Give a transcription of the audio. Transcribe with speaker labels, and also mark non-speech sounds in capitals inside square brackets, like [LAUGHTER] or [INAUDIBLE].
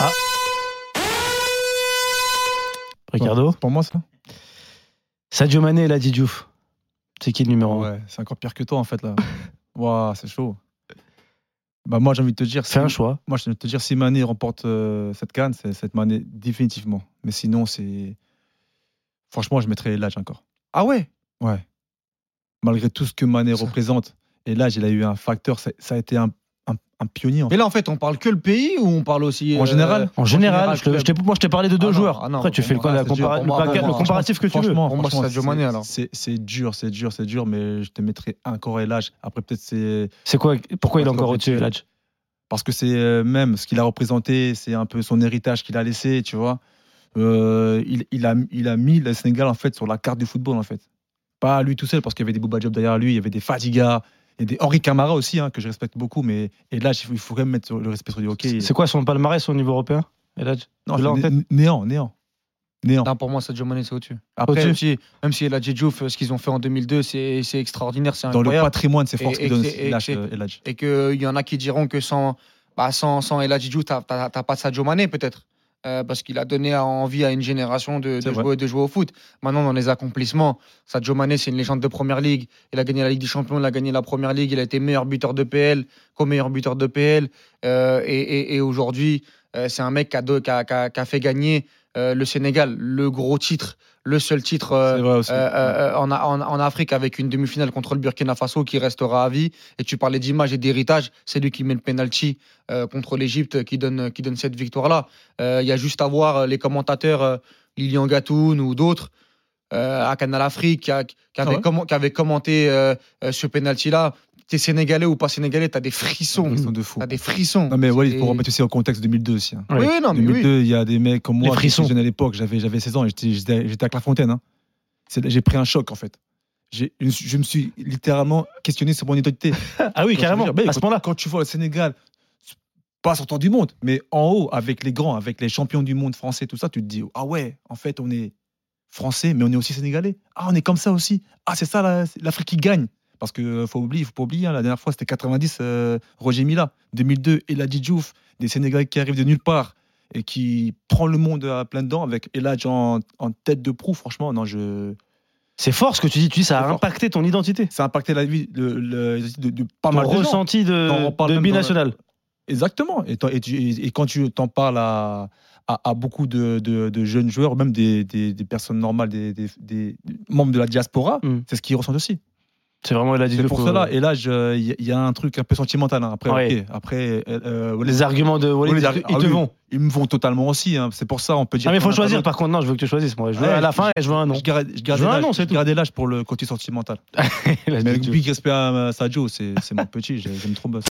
Speaker 1: Ah. Ricardo
Speaker 2: C'est Pour moi, ça
Speaker 1: Sadio Mané et Ladi Diouf. C'est qui le numéro 1
Speaker 2: Ouais, c'est encore pire que toi, en fait,
Speaker 3: [LAUGHS]
Speaker 2: là. Waouh, c'est chaud. Bah, moi, j'ai envie de te dire. si-
Speaker 1: Fais un choix.
Speaker 2: Moi, je vais te dire, si Mané remporte euh, cette canne, c'est cette Mané définitivement. Mais sinon, c'est. Franchement, je mettrais Ladj encore.
Speaker 3: Ah ouais
Speaker 2: Ouais. Malgré tout ce que Mané
Speaker 3: Ça-
Speaker 2: représente. Et Ladj, il a eu un facteur, ça, ça a été un, un- un pionnier. En,
Speaker 3: Mais là, en fait, on parle que le pays ou on parle aussi. euh,
Speaker 2: En général,
Speaker 1: En général, je te-
Speaker 3: club
Speaker 1: je t'ai- moi je t'ai parlé de deux
Speaker 3: Ah non,
Speaker 1: joueurs.
Speaker 3: ah non,
Speaker 1: Après, tu
Speaker 3: pour
Speaker 1: fais le,
Speaker 3: moi,
Speaker 1: la
Speaker 3: c'est dur.
Speaker 1: compara-
Speaker 3: Pour
Speaker 1: le
Speaker 3: moi,
Speaker 1: paquet-
Speaker 3: pour
Speaker 1: le
Speaker 3: moi,
Speaker 1: comparatif que tu veux.
Speaker 2: franchement,
Speaker 3: Pour moi,
Speaker 2: franchement,
Speaker 3: c'est Sadio Mané, alors.
Speaker 2: C'est c'est dur, c'est dur, c'est dur, mais je te mettrais encore Ladj. Après, peut-être c'est.
Speaker 1: C'est quoi Pourquoi il est
Speaker 2: Parce
Speaker 1: encore
Speaker 2: qu'en fait,
Speaker 1: au-dessus,
Speaker 2: tu-
Speaker 1: Ladj
Speaker 2: parce que c'est euh, même ce qu'il a représenté, c'est un peu son héritage qu'il a laissé, tu vois. Euh, il, il a, il a mis le Sénégal en fait sur la carte du football en fait. Pas lui tout seul parce qu'il y avait des Bouba Diop derrière lui, il y avait des Fadiga, et des Henri Camara aussi hein, que je respecte beaucoup, mais et là il faut, il faut quand même mettre sur- le respect sur du hockey.
Speaker 1: C'est quoi son palmarès au niveau européen Et Ladj
Speaker 2: non,
Speaker 1: là, en
Speaker 2: né-
Speaker 1: tête
Speaker 2: né- néant, néant, néant.
Speaker 3: Non, pour moi, Sadio Mané, c'est au-dessus.
Speaker 2: Après,
Speaker 3: même si, même si la Diouf, euh, ce qu'ils ont fait en 2002, c'est c'est extraordinaire, c'est
Speaker 2: dans le
Speaker 3: incroyable.
Speaker 2: patrimoine, c'est fort ce
Speaker 3: Et-
Speaker 2: qu'il
Speaker 3: et-
Speaker 2: donne
Speaker 3: et-
Speaker 2: Elhadj,
Speaker 3: et-
Speaker 2: euh, Elhadj.
Speaker 3: Et qu'il y en a qui diront que sans, bah, sans, sans El Hadji Diouf, t'as t'as- t'as pas de Sadio Mané, peut-être. Euh, parce qu'il a donné envie à une génération de,
Speaker 2: C'est
Speaker 3: de,
Speaker 2: vrai.
Speaker 3: jouer, de jouer au foot. Maintenant, dans les accomplissements, Sadio Mané, c'est une légende de première ligue. Il a gagné la Ligue des Champions, il a gagné la première ligue, il a été meilleur buteur de PL, co-meilleur buteur de PL. Euh, et et- et aujourd'hui, euh, c'est un mec qui a, do- qui a- qui a- qui a fait gagner euh, le Sénégal, le gros titre, le seul titre euh,
Speaker 2: C'est vrai aussi.
Speaker 3: euh, euh, euh, en, A- en- en Afrique avec une demi-finale contre le Burkina Faso qui restera à vie. Et tu parlais d'image et d'héritage, c'est lui qui met le penalty euh, contre l'Égypte euh, qui donne, qui donne cette victoire-là. Euh, Il y a juste à voir euh, les commentateurs, euh, Lilian Gatoun ou d'autres, euh, à Canal Afrique, qui, a- qui avaient,
Speaker 2: Ah ouais
Speaker 3: commen- qui avaient commenté euh, euh, ce penalty-là. T'es sénégalais ou pas sénégalais, t'as des frissons.
Speaker 2: Ils sont de Ah fou.
Speaker 3: T'as des frissons.
Speaker 2: Non mais Walid,
Speaker 3: Et-
Speaker 2: pour remettre aussi en contexte 2002 aussi. hein.
Speaker 3: Oui, oui, non, mais oui.
Speaker 2: 2002, il y a des mecs comme
Speaker 1: Les
Speaker 2: moi,
Speaker 1: frissons.
Speaker 2: qui jeune à l'époque, j'avais j'avais 16 ans, et j'étais j'étais- j'étais à Clairefontaine. hein. C'est- J'ai pris un choc en fait. J'ai- une- Je me suis littéralement questionné sur mon identité.
Speaker 1: Ah oui,
Speaker 2: Quand je
Speaker 1: carrément,
Speaker 2: veux dire, ben,
Speaker 1: à ce
Speaker 2: quand-
Speaker 1: moment-là.
Speaker 2: Quand tu vois le Sénégal, c'est pas sortant du monde, mais en haut, avec les grands, avec les champions du monde français, tout ça, tu te dis ah ouais, en fait, on est français, mais on est aussi sénégalais. Ah, on est comme ça aussi. Ah, c'est ça la- c'est l'Afrique qui gagne. Parce que euh, faut oublier, faut pas oublier. hein, la dernière fois, c'était 90, euh, Roger Mila, 2002, Eladji Diouf, des Sénégalais qui arrivent de nulle part et qui prend le monde à plein dedans avec Eladji en, en tête de proue. Franchement, non, je
Speaker 1: C'est fort ce que tu dis, tu dis, ça
Speaker 2: C'est
Speaker 1: a
Speaker 2: fort.
Speaker 1: impacté ton identité.
Speaker 2: ça a impacté la vie de, le- de- de pas
Speaker 1: Ton
Speaker 2: mal de gens.
Speaker 1: ressenti
Speaker 2: Quand
Speaker 1: de,
Speaker 2: on parle
Speaker 1: de
Speaker 2: même dans le-
Speaker 1: binational.
Speaker 2: Exactement. Et, t'en- et tu- et- et quand tu t'en parles à, à- à beaucoup de, de- de jeunes joueurs, même des, des- des personnes normales, des, des- des membres de la diaspora,
Speaker 1: Mm.
Speaker 2: c'est ce qu'ils ressentent aussi.
Speaker 1: C'est vraiment Ladj
Speaker 2: C'est
Speaker 1: Diouf,
Speaker 2: pour
Speaker 1: euh,
Speaker 2: cela. Et là, je- il y, a- il y a un truc un peu sentimental. hein. Après,
Speaker 1: Ouais.
Speaker 2: ok. après euh, euh,
Speaker 1: Les arguments de Walid,
Speaker 2: les
Speaker 1: ils te-
Speaker 2: argu-
Speaker 1: ils
Speaker 2: ah
Speaker 1: te
Speaker 2: oui.
Speaker 1: vont.
Speaker 2: ils me vont totalement aussi. hein. C'est pour ça, on peut dire.
Speaker 1: Ah mais
Speaker 2: qu'on
Speaker 1: faut
Speaker 2: a
Speaker 1: choisir
Speaker 2: pas
Speaker 1: par contre, non, je veux que tu choisisses moi. Je veux
Speaker 2: Ouais,
Speaker 1: à la fin et je veux un
Speaker 2: d'autre.
Speaker 1: nom.
Speaker 2: Je garde, je garde
Speaker 1: Je veux un
Speaker 2: l'âge-
Speaker 1: nom, c'est
Speaker 2: je
Speaker 1: tout.
Speaker 2: garde l'âge pour le côté sentimental.
Speaker 1: Ladj
Speaker 2: Mais le
Speaker 1: Diouf.
Speaker 2: big respect à euh, Sadio, c'est c'est mon petit. j'ai- J'aime trop.